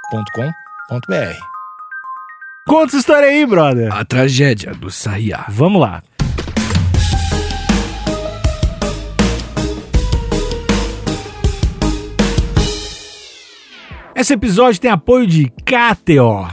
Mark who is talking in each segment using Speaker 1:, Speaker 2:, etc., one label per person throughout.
Speaker 1: agenciadepodcast.com.br.
Speaker 2: Conta essa história aí, brother.
Speaker 3: A tragédia do Sarriá.
Speaker 2: Vamos lá. Esse episódio tem apoio de KTO.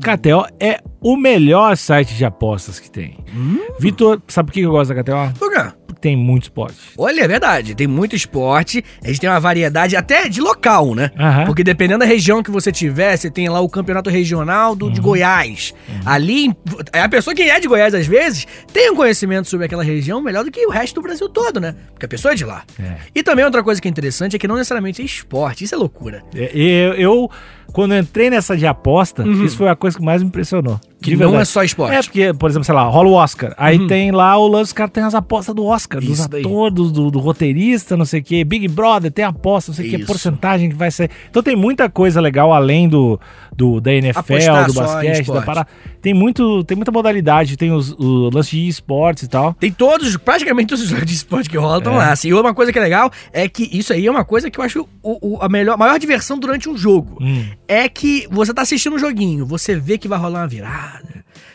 Speaker 2: KTO é o melhor site de apostas que tem.
Speaker 3: Hum.
Speaker 2: Vitor, sabe por que eu gosto da KTO?
Speaker 3: Lugar.
Speaker 2: Porque tem muito esporte.
Speaker 3: Olha, é verdade. Tem muito esporte. A gente tem uma variedade até de local, né?
Speaker 2: Aham.
Speaker 3: Porque dependendo da região que você tiver, você tem lá o campeonato regional do,
Speaker 2: Uhum.
Speaker 3: de Goiás. Ali, a pessoa que é de Goiás, às vezes, tem um conhecimento sobre aquela região melhor do que o resto do Brasil todo, né? Porque a pessoa é de lá.
Speaker 2: É.
Speaker 3: E também outra coisa que é interessante é que não necessariamente é esporte. Isso é loucura.
Speaker 2: É, Eu, eu, quando eu entrei nessa de aposta, isso foi a coisa que mais me impressionou.
Speaker 3: Uhum. Que
Speaker 2: De
Speaker 3: não é
Speaker 2: verdade.
Speaker 3: só esporte.
Speaker 2: É, porque, por exemplo, sei lá, rola o Oscar. Aí tem lá o lance, os caras têm as apostas do Oscar, dos
Speaker 3: Uhum. Isso daí.
Speaker 2: atores, do, do roteirista, não sei o quê. Big Brother tem aposta, não sei o quê,
Speaker 3: Isso.
Speaker 2: porcentagem que vai sair. Então tem muita coisa legal além do, do da NFL,
Speaker 3: Apostar
Speaker 2: do
Speaker 3: só em
Speaker 2: basquete, da
Speaker 3: esporte.
Speaker 2: parada. Tem, muito, tem muita modalidade, tem os, o lance de esportes e tal.
Speaker 3: Tem todos, praticamente todos os jogos de esporte que rolam estão lá. Assim. E uma coisa que é legal é que isso aí é uma coisa que eu acho o- o- a melhor, maior diversão durante um jogo.
Speaker 2: Hum.
Speaker 3: É que você tá assistindo um joguinho, você vê que vai rolar uma virada,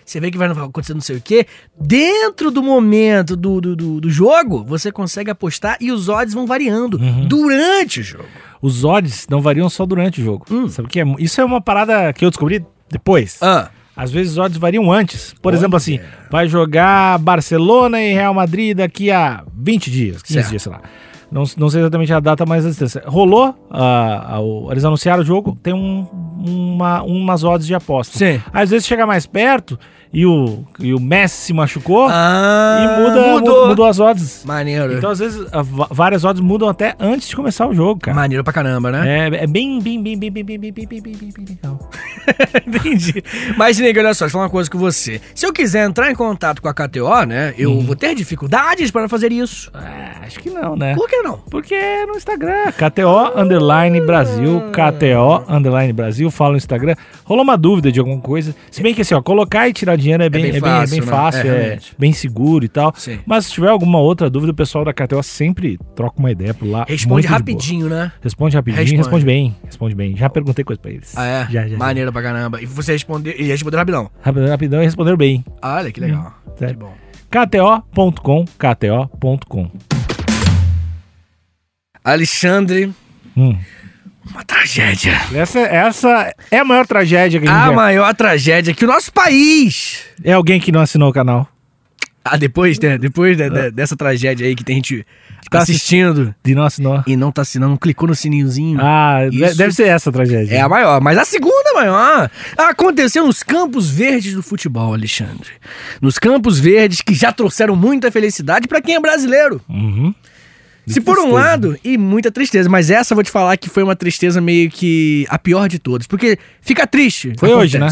Speaker 3: você vê que vai acontecer não sei o quê. Dentro do momento do, do, do- do jogo, você consegue apostar e os odds vão variando
Speaker 2: Uhum.
Speaker 3: durante o jogo.
Speaker 2: Os odds não variam só durante o jogo.
Speaker 3: Hum.
Speaker 2: Sabe o que é? Isso é uma parada que eu descobri depois.
Speaker 3: Ah,
Speaker 2: Às vezes os odds variam antes. Por
Speaker 3: Olha.
Speaker 2: exemplo, assim, vai jogar Barcelona e Real Madrid daqui a 20 dias, 15
Speaker 3: Certo.
Speaker 2: dias, sei lá. Não, não sei exatamente a data, mas a distância. Rolou, ah, ah, o- eles anunciaram o jogo, tem um- uma, umas odds de aposta.
Speaker 3: Sim.
Speaker 2: Às vezes chega mais perto e o, e o Messi se machucou
Speaker 3: ah,
Speaker 2: e muda, mudou.
Speaker 3: mudou.
Speaker 2: mudou as odds.
Speaker 3: Maneiro.
Speaker 2: Então, às vezes, ah, va- várias odds mudam até antes de começar o jogo, cara.
Speaker 3: Maneiro pra caramba, né?
Speaker 2: É, é bem, bem, bem, bem, bem, bem, bem, bem, bem, bem, bem, bem legal.
Speaker 3: Entendi. Mas, Nego, olha só, deixa eu falar uma coisa com você. Se eu quiser entrar em contato com a KTO, né, eu
Speaker 2: Uhum.
Speaker 3: vou ter dificuldades para fazer isso.
Speaker 2: Ah, acho que não, né?
Speaker 3: Por que não?
Speaker 2: Porque é no Instagram, KTO Underline Brasil, KTO Underline Brasil, fala no Instagram. Rolou uma dúvida de alguma coisa. Se bem que assim, ó, colocar e tirar dinheiro é bem, é bem, é bem fácil, é bem,
Speaker 3: né? É, realmente.
Speaker 2: seguro e tal.
Speaker 3: Sim.
Speaker 2: Mas se tiver alguma outra dúvida, o pessoal da KTO sempre troca uma ideia por lá. muito
Speaker 3: Responde
Speaker 2: de boa.
Speaker 3: rapidinho, né?
Speaker 2: Responde rapidinho, responde.
Speaker 3: Responde.
Speaker 2: bem, responde bem. Já perguntei coisa pra eles.
Speaker 3: Ah, é?
Speaker 2: Já, já. já.
Speaker 3: Maneiro pra caramba. E você respondeu, e respondeu rapidão.
Speaker 2: Rapidão, rapidão e responderam bem.
Speaker 3: Ah, Olha, que legal.
Speaker 2: Tá.
Speaker 3: Que bom.
Speaker 2: KTO.com, KTO.com.
Speaker 3: Alexandre,
Speaker 2: Hum.
Speaker 3: uma tragédia.
Speaker 2: Essa, essa é a maior tragédia que a gente
Speaker 3: A
Speaker 2: já-
Speaker 3: maior tragédia que o nosso país...
Speaker 2: É alguém que não assinou o canal.
Speaker 3: Ah, depois, né? Depois de- de- dessa tragédia aí que tem gente
Speaker 2: Tá
Speaker 3: assistindo
Speaker 2: De não assinou.
Speaker 3: e não tá assinando, clicou no sininhozinho.
Speaker 2: Ah, de-
Speaker 3: Isso-
Speaker 2: deve ser essa a tragédia.
Speaker 3: É a maior, mas a segunda maior aconteceu nos Campos Verdes do futebol, Alexandre. Nos Campos Verdes que já trouxeram muita felicidade pra quem é brasileiro.
Speaker 2: Uhum.
Speaker 3: Se por um
Speaker 2: tristeza,
Speaker 3: lado, e muita tristeza, mas essa eu vou te falar que foi uma tristeza meio que a pior de todas, porque fica triste.
Speaker 2: Foi hoje,
Speaker 3: né?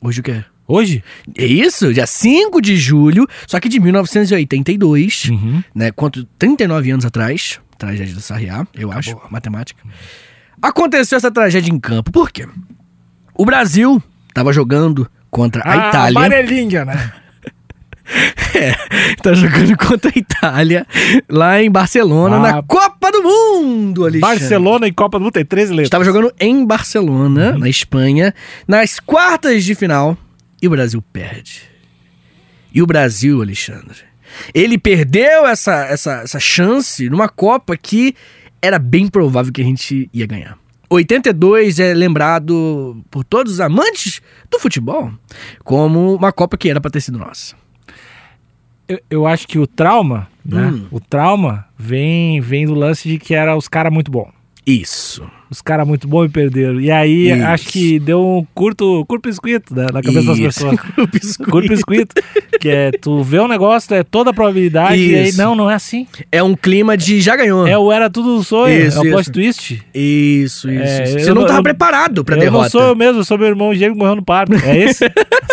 Speaker 3: Hoje o quê?
Speaker 2: Hoje?
Speaker 3: É isso, dia 5 de julho, só que de 1982,
Speaker 2: Uhum.
Speaker 3: né? Quanto 39 anos atrás, tragédia do Sarriá, eu
Speaker 2: Tá
Speaker 3: acho, matemática. Aconteceu essa tragédia em campo. Por quê? O Brasil tava jogando contra a Itália.
Speaker 2: Amarelinha, Ah, né?
Speaker 3: É, tá jogando contra a Itália lá em Barcelona,
Speaker 2: Ah.
Speaker 3: na Copa do Mundo, Alexandre.
Speaker 2: Barcelona e Copa do Mundo tem 13 letras.
Speaker 3: Estava jogando em Barcelona,
Speaker 2: Uhum.
Speaker 3: na Espanha, nas quartas de final, e o Brasil perde. E o Brasil, Alexandre, ele perdeu essa, essa, essa chance numa Copa que era bem provável que a gente ia ganhar. 82 é lembrado por todos os amantes do futebol como uma Copa que era pra ter sido nossa.
Speaker 2: Eu, eu acho que o trauma, né?
Speaker 3: Hum.
Speaker 2: O trauma vem, vem do lance de que era os caras muito bons.
Speaker 3: Isso.
Speaker 2: Os caras muito bons e perderam. E aí,
Speaker 3: Isso.
Speaker 2: acho que deu um curto, curto biscuito né, na cabeça das
Speaker 3: Isso.
Speaker 2: pessoas.
Speaker 3: O biscoito.
Speaker 2: Curto biscuito. que é, tu vê um negócio, é toda a probabilidade, e aí,
Speaker 3: Isso.
Speaker 2: não, não é assim.
Speaker 3: É um clima de já ganhou.
Speaker 2: É o era tudo um sonho,
Speaker 3: Isso,
Speaker 2: é o plot
Speaker 3: isso.
Speaker 2: twist.
Speaker 3: Isso, isso.
Speaker 2: É,
Speaker 3: isso.
Speaker 2: eu
Speaker 3: Você não
Speaker 2: não-
Speaker 3: tava
Speaker 2: eu-
Speaker 3: preparado pra
Speaker 2: eu
Speaker 3: derrota.
Speaker 2: não sou eu mesmo, eu sou meu irmão gêmeo que morreu no parto. É esse?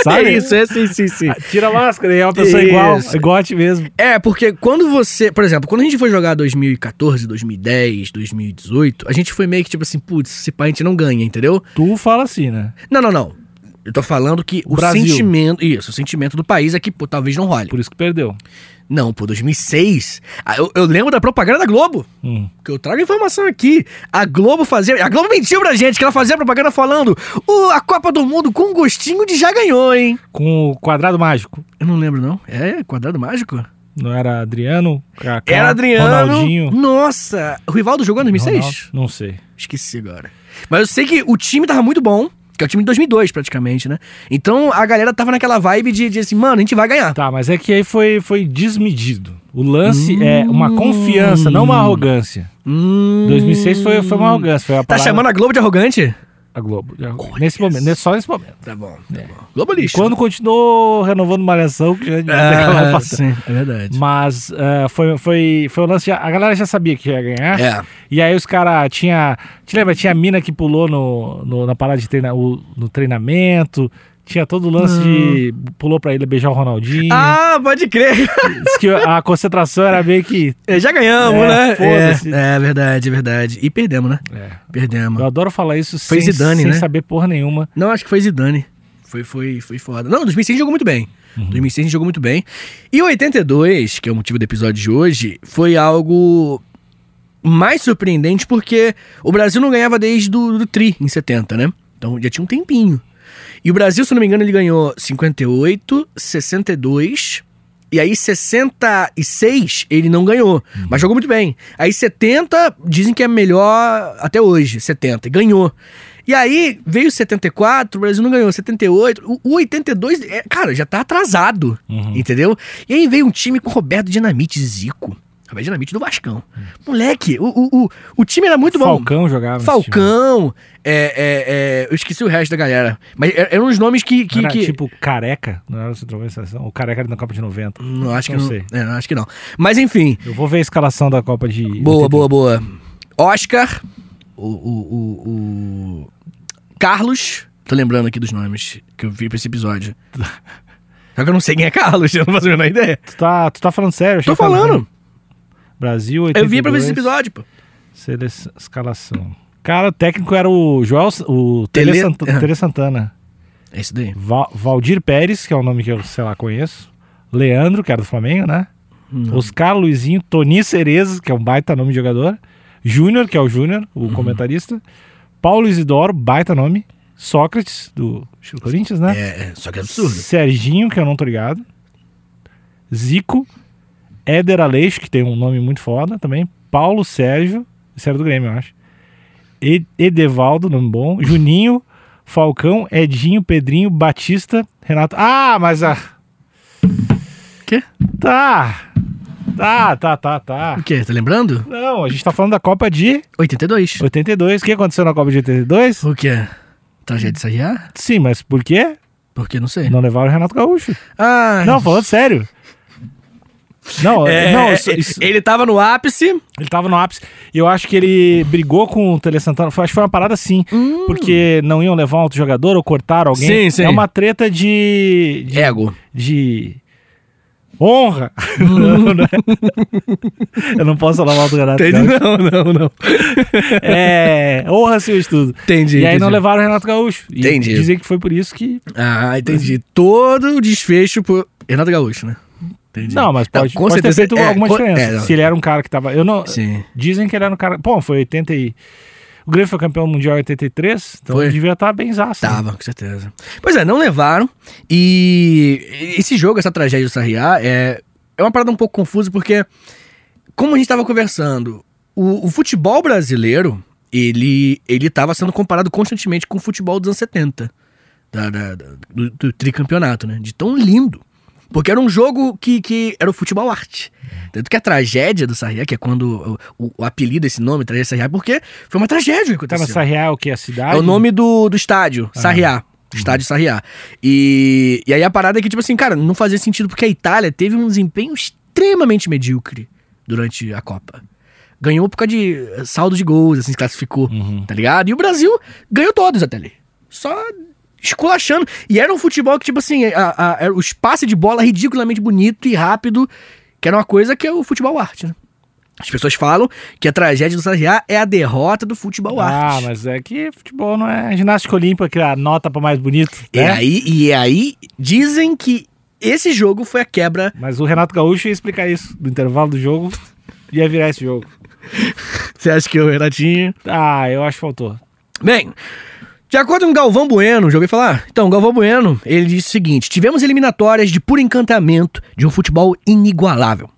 Speaker 2: Sabe?
Speaker 3: É isso, é sim, sim, sim.
Speaker 2: Ah, Tira a máscara, é uma pessoa
Speaker 3: Isso.
Speaker 2: igual, igual a ti mesmo.
Speaker 3: É, porque quando você. Por exemplo, quando a gente foi jogar 2014, 2010, 2018, a gente foi meio que tipo assim, putz, esse pai a gente não ganha, entendeu?
Speaker 2: Tu fala assim, né?
Speaker 3: Não, não, não. Eu tô falando que o
Speaker 2: Brasil.
Speaker 3: sentimento. Isso, o sentimento do país é que, pô, talvez não role.
Speaker 2: Por isso que perdeu.
Speaker 3: Não, pô, 2006. ah, Eu, eu lembro da propaganda da Globo.
Speaker 2: Hum.
Speaker 3: Que eu trago informação aqui. A Globo fazia. A Globo mentiu pra gente que ela fazia propaganda falando. "O- a Copa do Mundo com gostinho de já ganhou, hein?
Speaker 2: Com o quadrado mágico.
Speaker 3: Eu não lembro, não. É, quadrado mágico?
Speaker 2: Não era Adriano? Kaká,
Speaker 3: Era Adriano. Hum,
Speaker 2: Ronaldinho.
Speaker 3: Nossa, o Rivaldo jogou em 2006?
Speaker 2: Ronaldo? Não sei.
Speaker 3: Esqueci agora. Mas eu sei que o time tava muito bom, que é o time de 2002 praticamente, né? Então a galera tava naquela vibe de, de assim, mano, a gente vai ganhar.
Speaker 2: Tá, mas é que aí foi, foi desmedido. O lance é uma confiança, não uma arrogância.
Speaker 3: Hum,
Speaker 2: 2006 foi, foi uma arrogância. Foi a
Speaker 3: Tá
Speaker 2: parada-
Speaker 3: chamando a Globo de arrogante?
Speaker 2: a Globo. Nesse momento, nesse- só nesse momento.
Speaker 3: Tá bom, tá bom.
Speaker 2: É.
Speaker 3: Globalista.
Speaker 2: Quando continuou renovando Malhação, que já já
Speaker 3: Ah,
Speaker 2: tava
Speaker 3: sim, é verdade.
Speaker 2: Mas ah, foi, foi, foi o lance. já- a galera já sabia que ia ganhar.
Speaker 3: É.
Speaker 2: E aí os caras tinha. Te lembra? Tinha a mina que pulou no, no- na parada de treina, o- no treinamento. Tinha todo o lance de. Pulou pra ele beijar o Ronaldinho.
Speaker 3: Hum. Ah, pode crer.
Speaker 2: Diz que a concentração era meio que.
Speaker 3: É, Já ganhamos,
Speaker 2: É,
Speaker 3: né?
Speaker 2: foda-se.
Speaker 3: É, é verdade, é verdade. E perdemos, né?
Speaker 2: É.
Speaker 3: Perdemos.
Speaker 2: Eu adoro falar isso
Speaker 3: Foi
Speaker 2: sem,
Speaker 3: Zidane,
Speaker 2: sem
Speaker 3: né?
Speaker 2: saber porra nenhuma.
Speaker 3: Não, acho que foi Zidane. Foi, foi, foi foda. Não, 2006 jogou muito bem. 2006 a gente jogou muito bem. E 82, que é o motivo do episódio de hoje, foi algo mais surpreendente porque o Brasil não ganhava desde do, do Tri, em 70, né? Então já tinha um tempinho. E o Brasil, se não me engano, ele ganhou 58, 62... E aí, 66, ele não ganhou.
Speaker 2: Uhum.
Speaker 3: Mas jogou muito bem. Aí, 70, dizem que é melhor até hoje, 70. e Ganhou. E aí, veio 74, o Brasil não ganhou. 78, o- o 82, é, cara, já tá atrasado.
Speaker 2: Uhum.
Speaker 3: Entendeu? E aí veio um time com Roberto Dinamite e Zico. Roberto Dinamite do Vascão. Moleque, o, o, o, o time era muito bom.
Speaker 2: Uhum. Falcão jogava. nesse
Speaker 3: Falcão, é, é, é, eu esqueci o resto da galera. Mas er- eram uns nomes que.
Speaker 2: time.
Speaker 3: que,
Speaker 2: Era
Speaker 3: que-
Speaker 2: tipo careca, não era o centroavante da seleção? O careca era na Copa de 90.
Speaker 3: Não, acho que
Speaker 2: Não
Speaker 3: não.
Speaker 2: sei.
Speaker 3: é, acho que não. Mas enfim,
Speaker 2: Eu vou ver a escalação da Copa de.
Speaker 3: boa,
Speaker 2: 80.
Speaker 3: boa, boa. Oscar, o, o, o, o- Carlos. Tô lembrando aqui dos nomes que eu vi pra esse episódio. Só que eu não sei quem é Carlos, eu não faço a menor ideia.
Speaker 2: Tu tá, tu tá falando sério? Achei
Speaker 3: Tô
Speaker 2: que tava
Speaker 3: falando,
Speaker 2: Brasil,
Speaker 3: eu vi pra ver esse
Speaker 2: 82.
Speaker 3: episódio, pô.
Speaker 2: Seleção, escalação. Cara, o técnico era o Joel, o Tele,
Speaker 3: Tele-
Speaker 2: Sant-
Speaker 3: Aham.
Speaker 2: Tele Santana.
Speaker 3: É isso daí.
Speaker 2: Va- Valdir Pérez, que é um nome que eu, sei lá, conheço. Leandro, que era do Flamengo, né? Oscar Luizinho, Toni Cerezo, que é um baita nome de jogador. Júnior, que é o Júnior, o comentarista. Paulo Isidoro, baita nome. Sócrates, do Corinthians, né?
Speaker 3: É, é, só que é absurdo.
Speaker 2: Serginho, que eu não tô ligado. Zico. Éder Aleixo, que tem um nome muito foda também. Paulo Sérgio. Sérgio do Grêmio, eu acho. E- Edevaldo, nome bom. Juninho. Falcão. Edinho. Pedrinho. Batista. Renato. Ah, mas a.
Speaker 3: Quê?
Speaker 2: Tá. Tá, tá, tá, tá.
Speaker 3: O quê? Tá lembrando?
Speaker 2: Não, a gente tá falando da Copa de
Speaker 3: 82.
Speaker 2: 82. O que aconteceu na Copa de 82?
Speaker 3: O quê? Tragédia de Sarriá?
Speaker 2: Sim, mas por quê?
Speaker 3: Porque não sei.
Speaker 2: Não levaram o Renato Gaúcho.
Speaker 3: Ah,
Speaker 2: Não, falando sério. Não,
Speaker 3: é,
Speaker 2: não isso- isso-
Speaker 3: ele tava no ápice.
Speaker 2: ele tava no ápice. E eu acho que ele brigou com o Tele Santana. Foi- acho que foi uma parada assim. Porque não iam levar um outro jogador ou cortaram alguém.
Speaker 3: Hum. Sim, sim. É.
Speaker 2: É uma treta de. de,
Speaker 3: Ego.
Speaker 2: de honra. não, não é. Eu não posso falar mal do Renato.
Speaker 3: Hum. Entendi.
Speaker 2: Gaúcho.
Speaker 3: Não, não, não.
Speaker 2: É, honra seu estudo.
Speaker 3: Entendi.
Speaker 2: e aí não
Speaker 3: entendi.
Speaker 2: levaram o Renato Gaúcho. E
Speaker 3: Entendi.
Speaker 2: Dizem que foi por isso que.
Speaker 3: Ah, entendi. Todo o desfecho por Renato Gaúcho, né? Entendi.
Speaker 2: Não, mas pode,
Speaker 3: com
Speaker 2: pode ter
Speaker 3: certeza,
Speaker 2: feito
Speaker 3: é,
Speaker 2: alguma
Speaker 3: com-
Speaker 2: diferença.
Speaker 3: é, não.
Speaker 2: Se ele era um cara que tava. Eu não,
Speaker 3: Sim.
Speaker 2: Dizem que ele era um cara. Bom, foi 80 e. O Grêmio foi campeão mundial em 83, então
Speaker 3: Foi. Tá,
Speaker 2: ele devia estar bem zaço. né?
Speaker 3: Tava, com certeza. Pois é, não levaram. E esse jogo, essa tragédia do Sarriá, é, é uma parada um pouco confusa, porque, como a gente tava conversando, o, o futebol brasileiro, ele, ele tava sendo comparado constantemente com o futebol dos anos 70. da- da- da- do, do tricampeonato, né? De tão lindo. Porque era um jogo que, que era o futebol arte. Tanto que a tragédia do Sarriá, que é quando o, o- o apelido, esse nome, tragédia do Sarriá, porque foi uma tragédia que
Speaker 2: Tava
Speaker 3: aconteceu.
Speaker 2: essa real que é a cidade.
Speaker 3: É o nome do, do estádio,
Speaker 2: Ah.
Speaker 3: Sarriá.
Speaker 2: Uhum.
Speaker 3: Estádio Sarriá. E, e aí a parada é que, tipo assim, cara, não fazia sentido porque a Itália teve um desempenho extremamente medíocre durante a Copa. Ganhou por causa de eh, saldo de gols, assim, se classificou,
Speaker 2: Uhum.
Speaker 3: tá ligado? E o Brasil ganhou todos até ali. Só esculachando. E era um futebol que, tipo assim, a- a- era o espaço de bola ridiculamente bonito e rápido, que era uma coisa que é o futebol arte, né? As pessoas falam que a tragédia do Sarriá é a derrota do futebol
Speaker 2: Ah,
Speaker 3: arte.
Speaker 2: mas é que futebol não é ginástica olímpica que a nota pra mais bonito,
Speaker 3: E
Speaker 2: né?
Speaker 3: É aí, e aí dizem que esse jogo foi a quebra.
Speaker 2: Mas o Renato Gaúcho ia explicar isso. Do intervalo do jogo, ia virar esse jogo.
Speaker 3: Você acha que o Renatinho.
Speaker 2: Ah, eu acho que faltou.
Speaker 3: Bem, de acordo com Galvão Bueno, já ouvi falar? Então, Galvão Bueno, ele disse o seguinte: tivemos eliminatórias de puro encantamento de um futebol inigualável.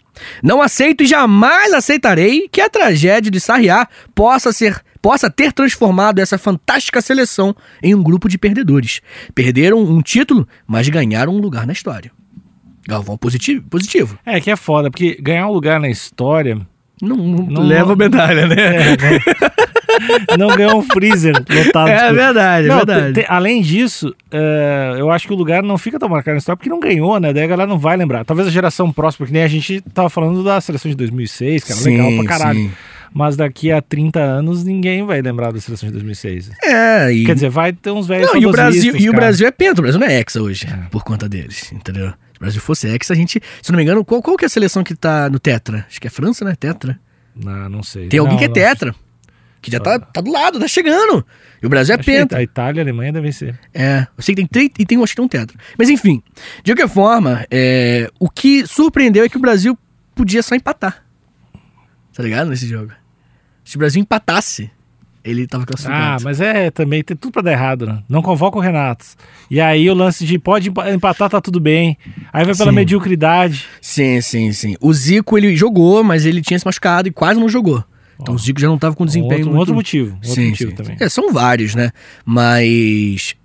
Speaker 3: Não aceito e jamais aceitarei que a tragédia de Sarriá possa ser possa ter transformado essa fantástica seleção em um grupo de perdedores. Perderam um título, mas ganharam um lugar na história. Galvão positivo, positivo.
Speaker 2: É que é foda, porque ganhar um lugar na história.
Speaker 3: Não,
Speaker 2: Não-
Speaker 3: leva medalha, né?
Speaker 2: Não ganhou um freezer lotado. de
Speaker 3: É
Speaker 2: coisa.
Speaker 3: verdade, é
Speaker 2: Não,
Speaker 3: verdade.
Speaker 2: te- te- além disso, é, eu acho que o lugar não fica tão marcado na história porque não ganhou, né? Daí a galera não vai lembrar. Talvez a geração próxima, que nem a gente tava falando da seleção de 2006, que era legal pra caralho.
Speaker 3: sim.
Speaker 2: Mas daqui a 30 anos ninguém vai lembrar da seleção de 2006.
Speaker 3: É, e
Speaker 2: Quer dizer, vai ter uns velhos.
Speaker 3: Não, e o,
Speaker 2: saudosistas,
Speaker 3: Brasil, e o
Speaker 2: cara.
Speaker 3: Brasil é penta, o Brasil não é hexa hoje, por conta deles, entendeu? Se o Brasil fosse hexa, a gente, se não me engano, qual, qual que é a seleção que tá no tetra? Acho que é França, né? Tetra.
Speaker 2: Não, não sei.
Speaker 3: Tem alguém
Speaker 2: Não,
Speaker 3: que é
Speaker 2: não.
Speaker 3: tetra, que já tá, tá do lado, tá chegando. E o Brasil é
Speaker 2: Acho que
Speaker 3: penta.
Speaker 2: A Itália e a Alemanha devem ser.
Speaker 3: É, eu sei que tem três e tem um, acho que tem um tetra. Mas enfim, de qualquer forma, é, o que surpreendeu é que o Brasil podia só empatar. Tá ligado? Nesse jogo. Se o Brasil empatasse, ele tava
Speaker 2: Ah,
Speaker 3: classificado.
Speaker 2: mas é também, tem tudo pra dar errado, né? Não convoca o Renato. E aí o lance de pode empa- empatar, tá tudo bem. Aí vai pela
Speaker 3: Sim.
Speaker 2: mediocridade.
Speaker 3: Sim, sim, sim. O Zico, ele jogou, mas ele tinha se machucado e quase não jogou. Então o Zico já não tava com
Speaker 2: Um
Speaker 3: desempenho
Speaker 2: outro, um
Speaker 3: muito...
Speaker 2: outro motivo. Um outro
Speaker 3: Sim,
Speaker 2: motivo
Speaker 3: sim,
Speaker 2: também.
Speaker 3: sim. É, são vários, né? Mas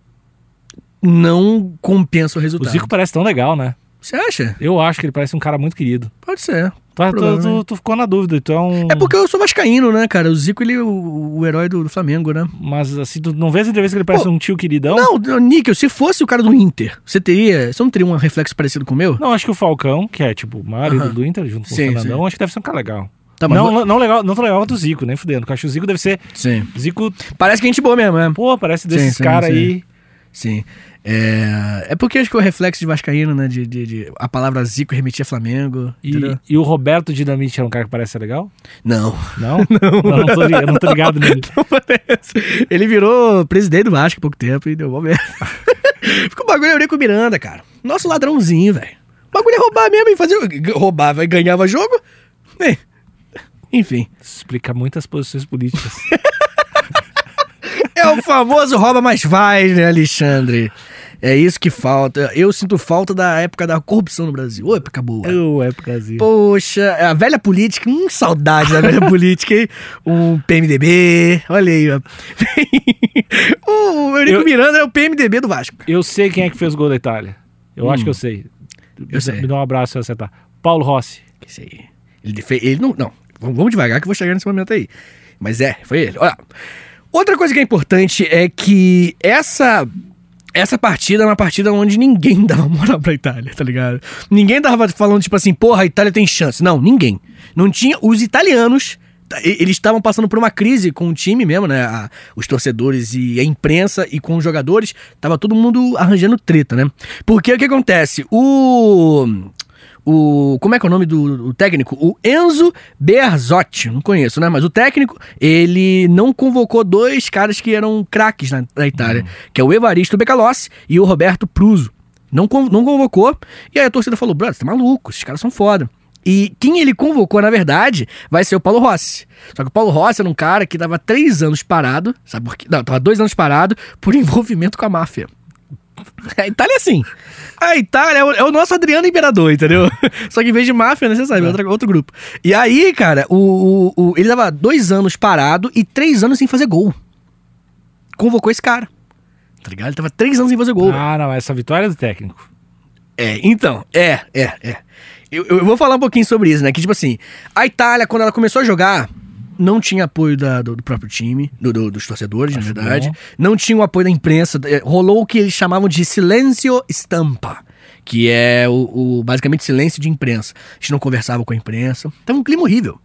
Speaker 3: não compensa o
Speaker 2: O
Speaker 3: resultado.
Speaker 2: Zico parece tão legal, né?
Speaker 3: Você acha?
Speaker 2: Eu acho que ele parece um cara muito querido.
Speaker 3: Pode ser.
Speaker 2: Tu, tu-
Speaker 3: Provavelmente.
Speaker 2: tu- tu ficou na dúvida, tu é um.
Speaker 3: É porque eu sou vascaíno, né, cara? O Zico, ele é o, o herói do, do Flamengo, né?
Speaker 2: Mas assim, tu não vê as entrevistas que ele parece
Speaker 3: Pô,
Speaker 2: um tio queridão?
Speaker 3: Não, Níquel, se fosse o cara do Inter, você teria... Você não teria um reflexo parecido com o meu?
Speaker 2: Não, acho que o Falcão, que é tipo o maior ídolo
Speaker 3: Aham.
Speaker 2: do Inter, junto com
Speaker 3: Sim,
Speaker 2: o Fernandão, acho que deve ser um cara legal.
Speaker 3: Tá, mas...
Speaker 2: não, não legal, não tão legal quanto o Zico, nem fudendo. Eu acho que o Zico deve ser.
Speaker 3: Sim.
Speaker 2: Zico,
Speaker 3: Parece que a gente boa mesmo, né?
Speaker 2: pô, parece desses
Speaker 3: sim,
Speaker 2: caras
Speaker 3: sim.
Speaker 2: aí.
Speaker 3: Sim. É, é porque acho que o reflexo de Vascaíno, né? De, de- de- a palavra Zico remetia a Flamengo.
Speaker 2: E,
Speaker 3: entendeu?
Speaker 2: e o Roberto Dinamite era um cara que parece ser legal?
Speaker 3: Não.
Speaker 2: Não? não, eu não tô ligado, eu não tô ligado nele.
Speaker 3: Ele virou presidente do Vasco há pouco tempo e deu bom merda. Ficou um bagulho Eurico Miranda, cara. Nosso ladrãozinho, velho. O bagulho é roubar mesmo e fazer. g- Roubava e ganhava jogo. Bem, Enfim.
Speaker 2: Isso explica muitas posições políticas.
Speaker 3: É o famoso rouba mais faz, né, Alexandre? É isso que falta. Eu sinto falta da época da corrupção no Brasil. Ô, época boa.
Speaker 2: Ô, época Zico.
Speaker 3: Poxa, a velha política, hum, saudade da velha política, hein? Um PMDB, olha aí, ó. o Eurico
Speaker 2: Eu-
Speaker 3: Miranda é o PMDB do Vasco.
Speaker 2: Eu sei quem é que fez o gol da Itália. Eu acho que Hum. eu sei.
Speaker 3: Eu sei.
Speaker 2: Me dá um abraço se eu acertar. Paulo Rossi.
Speaker 3: Isso aí. Ele, defe- ele não, não, vamos vamos devagar que eu vou chegar nesse momento aí. Mas é, foi ele. Olha, outra coisa que é importante é que essa... Essa partida é uma partida onde ninguém dava moral pra Itália, tá ligado? Ninguém tava falando, tipo assim, porra, a Itália tem chance. Não, ninguém. Não tinha. Os italianos Tá, e- Eles estavam passando por uma crise com o time mesmo, né? A- os torcedores e a imprensa e com os jogadores. Tava todo mundo arranjando treta, né? Porque o que acontece? O. O. Como é que é o nome do, do técnico? O Enzo Berzotti. Não conheço, né? Mas o técnico, ele não convocou dois caras que eram craques na, na Itália, que é o Evaristo Becalossi e o Roberto Pruso. Não, con- não convocou. E aí a torcida falou: brother, você tá maluco, esses caras são foda. E quem ele convocou, na verdade, vai ser o Paulo Rossi. Só que o Paulo Rossi era um cara que tava três anos parado, sabe por quê? Não, tava dois anos parado por envolvimento com a máfia. A Itália é assim. A Itália é o, é o nosso Adriano Imperador, entendeu? Só que em vez de máfia, né, você sabe, é outra- outro grupo. E aí, cara, o, o- o- ele tava dois anos parado e três anos sem fazer gol. Convocou esse cara. Tá ligado? Ele tava três anos sem fazer gol.
Speaker 2: Ah, não, essa vitória é do técnico.
Speaker 3: É, então, é, é, é. Eu, eu vou falar um pouquinho sobre isso, né? Que, tipo assim, a Itália, quando ela começou a jogar, não tinha apoio da- do, do próprio time, do- do- dos torcedores, na
Speaker 2: Acho
Speaker 3: verdade.
Speaker 2: bom.
Speaker 3: Não tinha o apoio da imprensa. eh, Rolou o que eles chamavam de silêncio estampa. Que é o, o- basicamente silêncio de imprensa. A gente não conversava com a imprensa. Tava um clima horrível,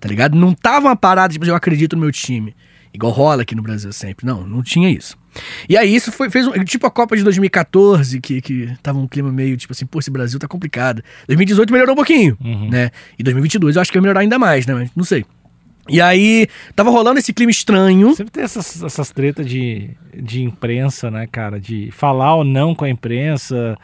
Speaker 3: tá ligado? Não tava uma parada, tipo, eu acredito no meu time. Igual rola aqui no Brasil sempre. Não, não tinha isso. E aí isso foi, fez um, tipo a Copa de 2014, que, que tava um clima meio tipo assim, pô, esse Brasil tá complicado. 2018 melhorou um pouquinho,
Speaker 2: Uhum.
Speaker 3: né? E 2022 eu acho que vai melhorar ainda mais, né? Mas não sei. E aí tava rolando esse clima estranho.
Speaker 2: Uhum. Sempre tem essas, essas tretas de, de imprensa, né, cara? De falar ou não com a imprensa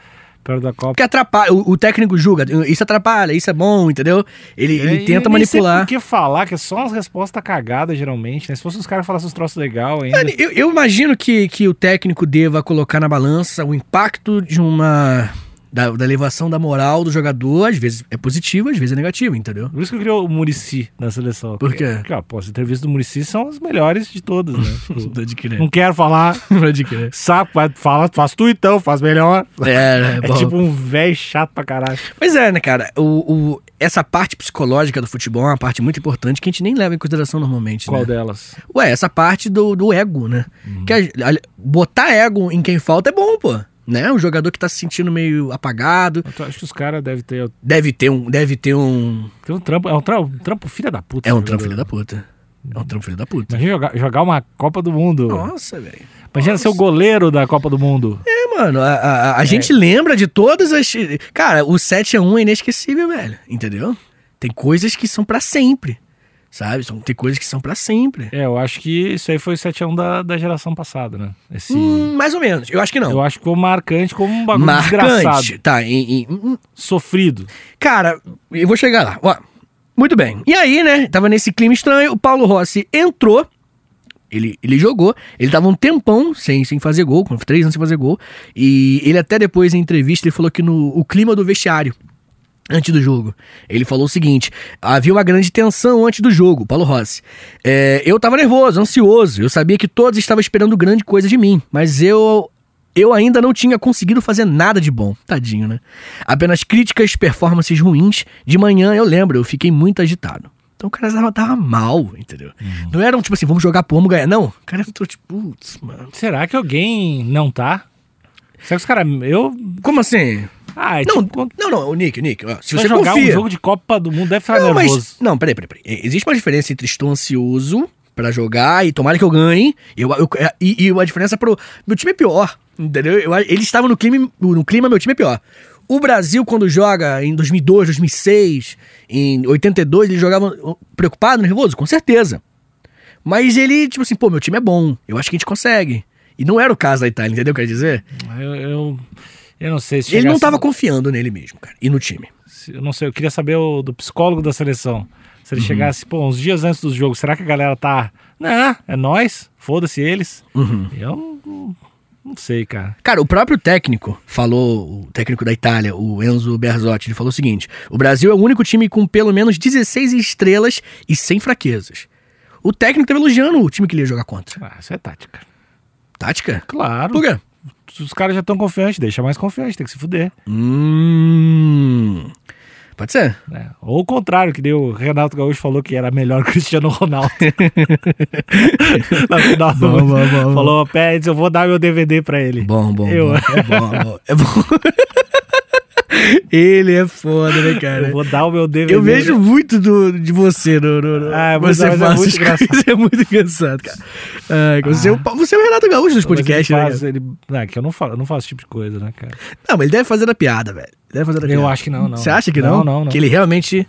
Speaker 2: perto da Copa.
Speaker 3: Porque atrapalha, o, o técnico julga, isso atrapalha, isso é bom, entendeu? Ele, ele
Speaker 2: É, E
Speaker 3: tenta
Speaker 2: nem sei
Speaker 3: manipular.
Speaker 2: Por que falar, que é só umas respostas cagadas, geralmente, né? Se fosse os caras falassem uns troços legal ainda.
Speaker 3: Mano, Eu, eu imagino que, que o técnico deva colocar na balança o impacto de uma. Da, da elevação da moral do jogador, às vezes é positivo, às vezes é negativo, entendeu?
Speaker 2: Por isso que eu queria o Murici na seleção.
Speaker 3: Por quê?
Speaker 2: Porque, ó, pô, as entrevistas do Murici são as melhores de todas, né? Tipo,
Speaker 3: Pode crer.
Speaker 2: não quero falar,
Speaker 3: Hum. Pode crer.
Speaker 2: saco, vai, fala, faz tu então, faz melhor.
Speaker 3: É, é,
Speaker 2: É
Speaker 3: bom.
Speaker 2: tipo um velho chato pra caralho.
Speaker 3: Pois é, né, cara? O, o- essa parte psicológica do futebol é uma parte muito importante que a gente nem leva em consideração normalmente.
Speaker 2: Qual
Speaker 3: né?
Speaker 2: delas?
Speaker 3: Ué, essa parte do, do ego, né? Que a- a- botar ego em quem falta é bom, pô. Né? Um jogador que tá se sentindo meio apagado.
Speaker 2: Eu tô- acho que os caras devem ter.
Speaker 3: Deve ter um. Deve ter um.
Speaker 2: Tem um trampo. É um trampo, um trampo filha da puta.
Speaker 3: É um
Speaker 2: esse
Speaker 3: trampo filho
Speaker 2: jogador.
Speaker 3: da puta. É um trampo filho da puta.
Speaker 2: Imagina jogar, jogar uma Copa do Mundo.
Speaker 3: Nossa, velho.
Speaker 2: Imagina ser o goleiro da Copa do Mundo.
Speaker 3: É, mano, a, a- a- a gente lembra de todas as. Cara, o 7x1 é inesquecível, velho. Entendeu? Tem coisas que são pra sempre. Sabe? São- Tem coisas que são pra sempre.
Speaker 2: É, eu acho que isso aí foi o 7x1 da, da geração passada, né? Esse,
Speaker 3: Hum, mais ou menos. Eu acho que
Speaker 2: Eu
Speaker 3: não.
Speaker 2: acho que ficou marcante como um bagulho desgraçado.
Speaker 3: Marcante. Tá, em, em- hum,
Speaker 2: Sofrido.
Speaker 3: Cara, eu vou chegar lá. Ó, muito bem. E aí, né? Tava nesse clima estranho. O Paulo Rossi entrou. Ele, ele jogou. Ele tava um tempão sem, sem fazer gol, com três anos sem fazer gol. E ele até depois, em entrevista, ele falou que no o clima do vestiário. Antes do jogo, ele falou o seguinte: havia uma grande tensão antes do jogo, Paulo Rossi. É, eu tava nervoso, ansioso, eu sabia que todos estavam esperando grande coisa de mim, mas eu eu ainda não tinha conseguido fazer nada de bom. Tadinho, né? Apenas críticas, performances ruins. De manhã, eu lembro, eu fiquei muito agitado. Então o cara tava, tava mal, entendeu?
Speaker 2: Uhum.
Speaker 3: Não era um tipo assim, vamos jogar pro vamos ganhar. Não, o cara entrou tipo, putz, mano.
Speaker 2: Será que alguém não tá? Será que os caras. Eu.
Speaker 3: Como assim?
Speaker 2: Ah, é
Speaker 3: não,
Speaker 2: tipo, quando
Speaker 3: não, não, o Nick, o Nick, ó, se
Speaker 2: vai
Speaker 3: você
Speaker 2: jogar
Speaker 3: confia...
Speaker 2: um jogo de Copa do Mundo, deve ficar
Speaker 3: não,
Speaker 2: Tá nervoso.
Speaker 3: não, peraí, peraí, peraí. E- Existe uma diferença entre estou ansioso pra jogar e tomara que eu ganhe, eu, eu- é, e, e uma diferença pro. Meu time é pior, entendeu? Eu- eles estavam no clima, no clima, meu time é pior. O Brasil, quando joga em 2002, 2006, em 82, eles jogavam uh, preocupado, nervoso? Com certeza. Mas ele, tipo assim, pô, meu time é bom, eu acho que a gente consegue. E não era o caso da Itália, entendeu o que eu quero dizer?
Speaker 2: Eu, eu, eu não sei se.
Speaker 3: ele não
Speaker 2: chegasse-
Speaker 3: tava confiando nele mesmo, cara, e no time.
Speaker 2: se- Eu não sei, eu queria saber o, do psicólogo da seleção. Se
Speaker 3: Uhum.
Speaker 2: ele chegasse, pô, uns dias antes do jogo, será que a galera tá. Não, é nós, foda-se eles.
Speaker 3: Uhum.
Speaker 2: Eu não, não sei, cara.
Speaker 3: Cara, o próprio técnico falou, o técnico da Itália, o Enzo Berzotti, ele falou o seguinte: o Brasil é o único time com pelo menos 16 estrelas e sem fraquezas. O técnico tava elogiando o time que ele ia jogar contra.
Speaker 2: Ah, isso é tática.
Speaker 3: Tática?
Speaker 2: Claro.
Speaker 3: Por quê?
Speaker 2: Os caras já estão confiantes, deixa mais confiante, tem que se fuder.
Speaker 3: Hum. Pode ser?
Speaker 2: né? Ou o contrário, que deu o Renato Gaúcho falou que era melhor que o Cristiano Ronaldo. Na final do
Speaker 3: Bom,
Speaker 2: mundo.
Speaker 3: bom, bom, bom.
Speaker 2: Falou, Pérez, eu vou dar meu DVD pra ele.
Speaker 3: Bom, bom,
Speaker 2: Eu-
Speaker 3: bom. É bom, é bom. É bom. ele é foda, né, cara?
Speaker 2: Eu vou dar o meu DVD.
Speaker 3: Eu vejo muito do, de você, no, no, no-
Speaker 2: é Ah, mas-
Speaker 3: você
Speaker 2: mas é
Speaker 3: faz
Speaker 2: muito Ah.
Speaker 3: as coisas, é muito engraçado, cara. Ai, cara, você, é o, pa- você é o Renato Gaúcho dos
Speaker 2: Mas ele
Speaker 3: podcasts, né?
Speaker 2: faz,
Speaker 3: cara?
Speaker 2: ele... Não, é que eu não, falo, eu não faço esse tipo de coisa, né, cara?
Speaker 3: Não, mas ele deve fazer a piada, velho. Ele Deve fazer a piada.
Speaker 2: Eu acho que não, não.
Speaker 3: Você acha que não?
Speaker 2: Não, não, não.
Speaker 3: Que ele realmente.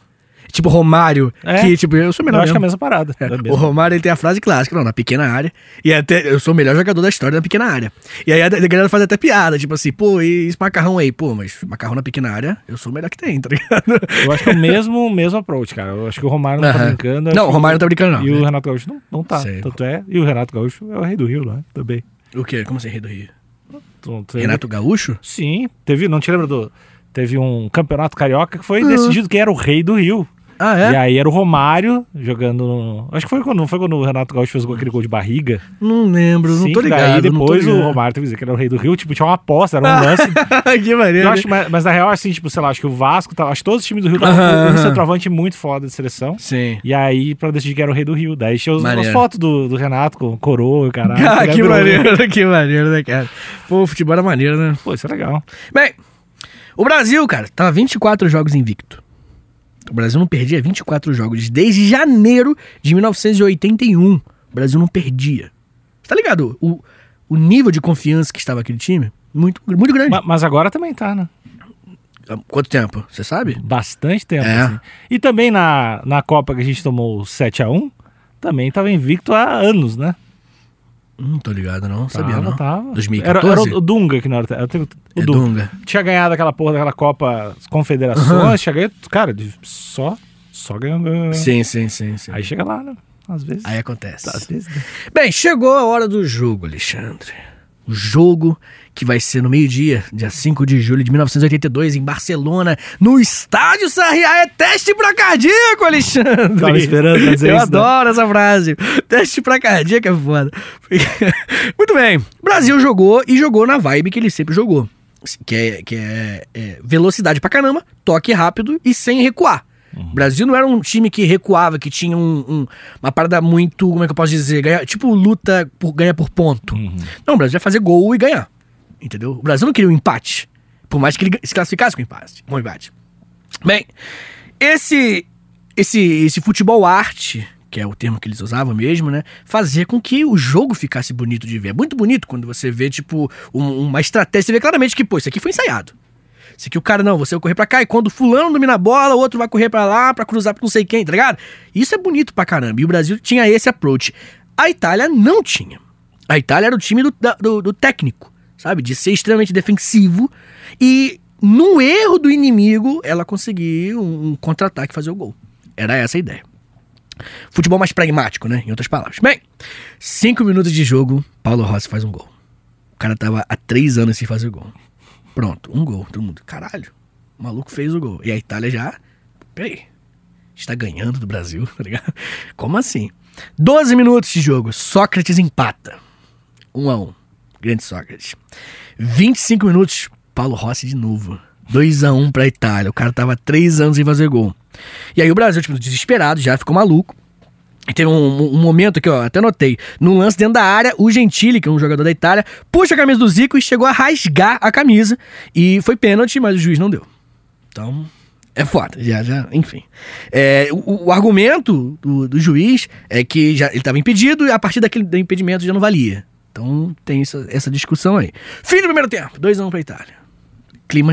Speaker 3: Tipo Romário,
Speaker 2: É.
Speaker 3: que tipo, eu sou
Speaker 2: Eu
Speaker 3: melhor.
Speaker 2: acho que é a mesma
Speaker 3: mesmo.
Speaker 2: parada. É.
Speaker 3: É, O Romário ele tem a frase clássica, não, na pequena área. E até eu sou o melhor jogador da história na pequena área. E aí a a galera faz até piada, tipo assim, pô, e esse macarrão aí? Pô, mas macarrão na pequena área, eu sou o melhor que tem, tá ligado?
Speaker 2: Eu acho que é o mesmo, o mesmo approach, cara. Eu acho que o Romário não tá
Speaker 3: Aham.
Speaker 2: brincando. eu acho
Speaker 3: Não, o
Speaker 2: que-
Speaker 3: Romário não tá brincando, não.
Speaker 2: E o Renato Gaúcho não, não tá.
Speaker 3: Sei.
Speaker 2: Tanto é. E o Renato Gaúcho é o rei do Rio, né? Também.
Speaker 3: O quê? Como assim, Rei do Rio?
Speaker 2: Então, tem-
Speaker 3: Renato Gaúcho?
Speaker 2: Sim, teve, não te lembra do. Teve um campeonato carioca que foi
Speaker 3: Uhum.
Speaker 2: decidido quem era o rei do Rio.
Speaker 3: Ah,
Speaker 2: E aí era o Romário jogando. no- Acho que foi quando, não foi quando o Renato Gaúcho fez aquele gol de barriga.
Speaker 3: Não lembro, não
Speaker 2: Sim,
Speaker 3: tô
Speaker 2: que
Speaker 3: ligado.
Speaker 2: Daí
Speaker 3: não tô
Speaker 2: depois o
Speaker 3: ligado. Ah,
Speaker 2: Romário teve que dizer que ele era o rei do Rio. Tipo, tinha uma aposta, era um lance.
Speaker 3: que maneiro. né?
Speaker 2: Eu acho, mas, mas na real, assim, tipo, sei lá, acho que o Vasco, tava, acho que todos os times do Rio estavam
Speaker 3: Aham,
Speaker 2: com um
Speaker 3: aham.
Speaker 2: centroavante muito foda de seleção.
Speaker 3: Sim.
Speaker 2: E aí, pra decidir que era o rei do Rio. Daí tinha os- as
Speaker 3: Maneiro.
Speaker 2: fotos do, do Renato com coroa, caralho.
Speaker 3: Ah,
Speaker 2: Ele
Speaker 3: que
Speaker 2: adorou.
Speaker 3: maneiro, que maneiro, né, cara? Pô, o futebol era maneiro, né?
Speaker 2: Pô, isso é legal.
Speaker 3: Bem, o Brasil, cara, tava 24 jogos invicto. um. O Brasil não perdia 24 jogos desde janeiro de 1981. O Brasil não perdia. Você tá ligado? O, o nível de confiança que estava aquele time? Muito, muito grande.
Speaker 2: Ma- Mas agora também tá, né?
Speaker 3: Há Quanto tempo? Você sabe?
Speaker 2: Bastante tempo.
Speaker 3: É.
Speaker 2: assim. E também na, na Copa que a gente tomou 7x1, também tava invicto há anos, né?
Speaker 3: Não tô ligado, não. Sabia,
Speaker 2: tava,
Speaker 3: não.
Speaker 2: Tava.
Speaker 3: 2014?
Speaker 2: Era, era o Dunga que na hora. era o- O
Speaker 3: É
Speaker 2: Dunga.
Speaker 3: Dunga.
Speaker 2: Tinha ganhado aquela porra daquela Copa das Confederações,
Speaker 3: Aham.
Speaker 2: tinha ganho. Cara, de- só, só ganhando. ganhando.
Speaker 3: Sim, sim, sim, sim.
Speaker 2: Aí chega lá, né? Às vezes.
Speaker 3: Aí acontece.
Speaker 2: Às vezes. né?
Speaker 3: Bem, chegou a hora do jogo, Alexandre. O jogo que vai ser no meio-dia, dia 5 de julho de 1982, em Barcelona, no estádio Sarriá. É teste pra cardíaco, Alexandre!
Speaker 2: Tava esperando pra dizer
Speaker 3: Eu
Speaker 2: isso, né?
Speaker 3: adoro essa frase. Teste pra cardíaco é foda. Muito bem. O Brasil jogou e jogou na vibe que ele sempre jogou. Que é, que é- é velocidade pra caramba, toque rápido e sem recuar. O Brasil não era um time que recuava, que tinha um- um- uma parada muito, como é que eu posso dizer? Ganha- tipo luta por ganhar por ponto. Não, o Brasil ia fazer gol e ganhar. Entendeu? O Brasil não queria um empate. Por mais que ele se classificasse com empate. Com empate. Bem, esse, esse, esse futebol arte, que é o termo que eles usavam mesmo, né? Fazia com que o jogo ficasse bonito de ver. É muito bonito quando você vê, tipo, um- uma estratégia. Você vê claramente que, pô, isso aqui foi ensaiado. Isso aqui o cara, não, você vai correr pra cá, e quando fulano domina a bola, o outro vai correr pra lá pra cruzar pra não sei quem, tá ligado? Isso é bonito pra caramba. E o Brasil tinha esse approach. A Itália não tinha. A Itália era o time do, da- do- do técnico, sabe? De ser extremamente defensivo e, num erro do inimigo, ela conseguir um, um contra-ataque e fazer o gol. Era essa a ideia. Futebol mais pragmático, né? Em outras palavras. Bem, cinco minutos de jogo, Paulo Rossi faz um gol. O cara tava há três anos sem fazer gol. Pronto, um gol. Todo mundo, caralho, o maluco fez o gol. E a Itália já, peraí, a gente tá ganhando do Brasil, tá ligado? Como assim? 12 minutos de jogo, Sócrates empata. 1 a 1 Grande Sócrates. 25 minutos, Paulo Rossi de novo. 2 a 1 pra Itália. O cara tava há três anos sem fazer gol. E aí o Brasil, tipo, desesperado, já ficou maluco. E teve um, um momento que eu até notei. No lance dentro da área, o Gentili, que é um jogador da Itália, puxa a camisa do Zico e chegou a rasgar a camisa. E foi pênalti, mas o juiz não deu. Então, é foda. Já, já, enfim. É, o, o argumento do, do juiz é que já, ele estava impedido e a partir daquele do impedimento já não valia. Então tem essa, essa discussão aí. Fim do primeiro tempo, 2x1 pra Itália clima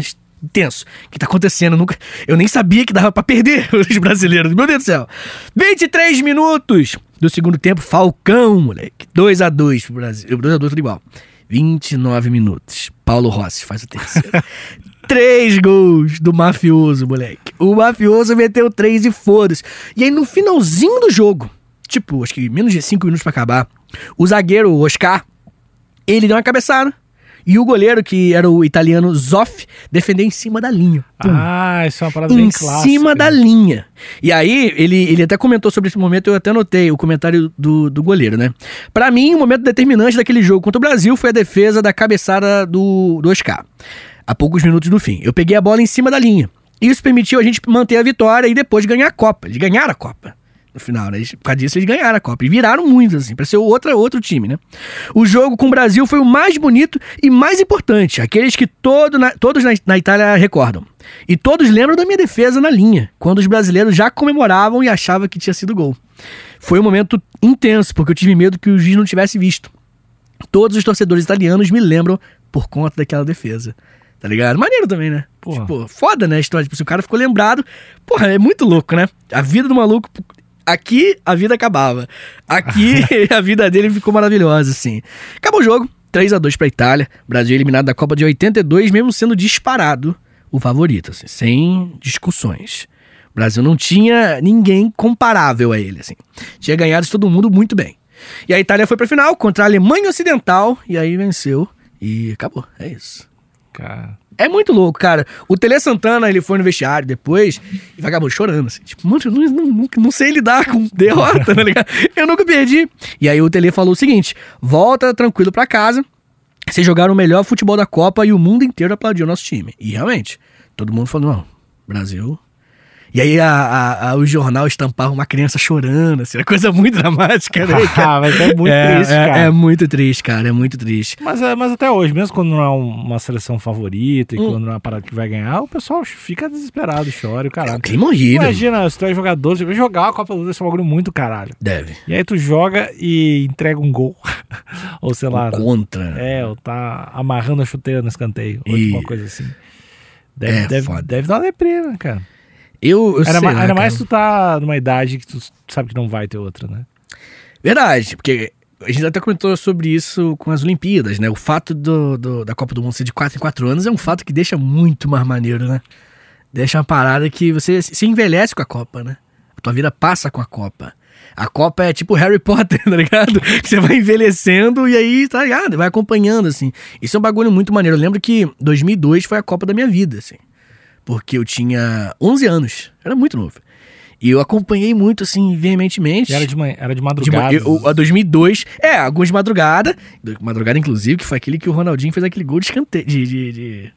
Speaker 3: tenso que tá acontecendo. Eu Nunca, eu nem sabia que dava pra perder os brasileiros. Meu Deus do céu. 23 minutos do segundo tempo, Falcão, moleque. 2 a 2 pro Brasil. 2 a 2 tudo igual. 29 minutos. Paulo Rossi faz o terceiro. Três gols do mafioso, moleque. O mafioso meteu três e foda-se. E aí, no finalzinho do jogo, tipo, acho que menos de cinco minutos pra acabar, o zagueiro, o Oscar, ele deu uma cabeçada. E o goleiro, que era o italiano Zoff, defendeu em cima da linha. Pum.
Speaker 2: Ah, isso é uma parada
Speaker 3: em
Speaker 2: bem clássica. né?
Speaker 3: cima da linha. E aí, ele, ele até comentou sobre esse momento, eu até anotei o comentário do, do goleiro, né? Pra mim, o momento determinante daquele jogo contra o Brasil foi a defesa da cabeçada do, do Oscar. Há poucos minutos do fim. Eu peguei a bola em cima da linha. Isso permitiu a gente manter a vitória e depois ganhar a Copa. Eles ganharam a Copa no final, né? Eles- Por causa disso, eles ganharam a Copa. E viraram muito, assim, pra ser outra, outro time, né? O jogo com o Brasil foi o mais bonito e mais importante. Aqueles que todo na- todos na, na Itália recordam. E todos lembram da minha defesa na linha, quando os brasileiros já comemoravam e achavam que tinha sido gol. Foi um momento intenso, porque eu tive medo que o juiz não tivesse visto. Todos os torcedores italianos me lembram por conta daquela defesa. Tá ligado? Maneiro também, né?
Speaker 2: Porra.
Speaker 3: Tipo, foda, né? A história. Tipo, se o cara ficou lembrado. Porra, é muito louco, né? A vida do maluco. Aqui a vida acabava. Aqui a vida dele ficou maravilhosa, assim. Acabou o jogo. 3 a 2 pra Itália. Brasil eliminado da Copa de 82, mesmo sendo disparado o favorito, assim, sem discussões. O Brasil não tinha ninguém comparável a ele, assim. Tinha ganhado de todo mundo muito bem. E a Itália foi pra final contra a Alemanha Ocidental e aí venceu e acabou. É isso.
Speaker 2: Cara,
Speaker 3: É muito louco, cara. O Tele Santana, ele foi no vestiário depois e acabou chorando, assim. Tipo, mano, eu não, não- não- não sei lidar com derrota, tá ligado? Eu nunca perdi. E aí o Tele falou o seguinte, volta tranquilo pra casa, vocês jogaram o melhor futebol da Copa e o mundo inteiro aplaudiu o nosso time. E realmente, todo mundo falou, não, Brasil... E aí a, a- a- o jornal estampava uma criança chorando, assim, era coisa muito dramática, né, cara?
Speaker 2: Ah, mas é muito
Speaker 3: é,
Speaker 2: triste,
Speaker 3: é-
Speaker 2: cara.
Speaker 3: é muito triste, cara, é muito triste.
Speaker 2: Mas, é- mas até hoje, mesmo quando não é um- uma seleção favorita e
Speaker 3: Hum.
Speaker 2: quando não é uma parada que vai ganhar, o pessoal fica desesperado, chora, e o
Speaker 3: É um
Speaker 2: caralho.
Speaker 3: clima horrível.
Speaker 2: Imagina, se tu é jogador, você vai jogar a Copa do Mundo, isso é um bagulho muito caralho.
Speaker 3: Deve. um
Speaker 2: E aí tu joga e entrega um gol. ou
Speaker 3: Um
Speaker 2: sei lá,
Speaker 3: Contra. né?
Speaker 2: é, ou tá amarrando a chuteira no escanteio, ou
Speaker 3: E-
Speaker 2: alguma coisa assim. Deve,
Speaker 3: É
Speaker 2: deve,
Speaker 3: foda.
Speaker 2: deve dar uma deprê, né, cara?
Speaker 3: Eu, eu
Speaker 2: Era,
Speaker 3: sei
Speaker 2: ma-
Speaker 3: lá,
Speaker 2: ainda
Speaker 3: cara.
Speaker 2: mais tu tá numa idade que tu sabe que não vai ter outra, né?
Speaker 3: Verdade, porque a gente até comentou sobre isso com as Olimpíadas, né? O fato do, do- da Copa do Mundo ser de 4 em 4 anos é um fato que deixa muito mais maneiro, né? Deixa uma parada que você se se envelhece com a Copa, né? A tua vida passa com a Copa. A Copa é tipo Harry Potter, tá ligado? Que Você vai envelhecendo e aí, tá ligado? Vai acompanhando, assim. Isso é um bagulho muito maneiro. Eu lembro que 2002 foi a Copa da minha vida, assim. Porque eu tinha 11 anos. Era muito novo. E eu acompanhei muito, assim, veementemente.
Speaker 2: E era de, manhã, era de
Speaker 3: De ma-
Speaker 2: madrugada.
Speaker 3: eu- a 2002, é, alguns de madrugada, do- madrugada inclusive, que foi aquele que o Ronaldinho fez aquele gol de escanteio, de, de- de-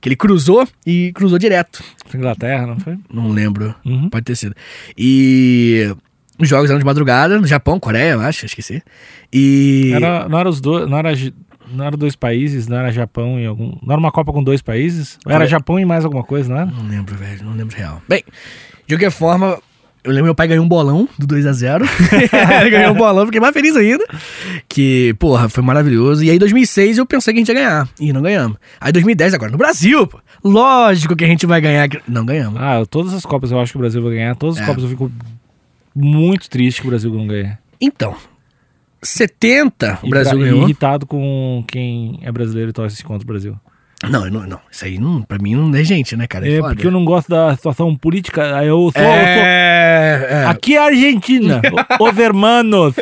Speaker 3: que ele cruzou e cruzou direto,
Speaker 2: Pra Inglaterra, não foi?
Speaker 3: não lembro,
Speaker 2: Uhum.
Speaker 3: pode ter sido. E os jogos eram de madrugada, no Japão, Coreia, eu acho, esqueci. E
Speaker 2: Era, não era os dois. Não era, gi- não era dois países, não era Japão e algum. Não era uma Copa com dois países? Ou era
Speaker 3: Olha- Uhum.
Speaker 2: Japão e mais alguma coisa, não era?
Speaker 3: não lembro, velho, não lembro real. Bem, de qualquer forma, eu lembro meu pai ganhou um bolão do 2 a 0 Ele ganhou um bolão, fiquei mais feliz ainda. Que, porra, foi maravilhoso. E aí, em 2006, eu pensei que a gente ia ganhar. E não ganhamos. Aí, 2010, agora, no Brasil, pô. Lógico que a gente vai ganhar. Não ganhamos.
Speaker 2: Ah, eu- todas as Copas eu acho que o Brasil vai ganhar. Todas as
Speaker 3: É.
Speaker 2: Copas eu fico muito triste que o Brasil não ganha.
Speaker 3: Então, 70, o
Speaker 2: E tá-
Speaker 3: Brasil
Speaker 2: e
Speaker 3: ganhou.
Speaker 2: irritado com quem é brasileiro e torce contra o Brasil.
Speaker 3: Não, não, não. Isso aí, não, pra mim, não é gente, né, cara?
Speaker 2: É,
Speaker 3: foda.
Speaker 2: porque eu não gosto da situação política. aí Eu sou. Eu
Speaker 3: É,
Speaker 2: sou
Speaker 3: é.
Speaker 2: aqui é a Argentina. Os hermanos.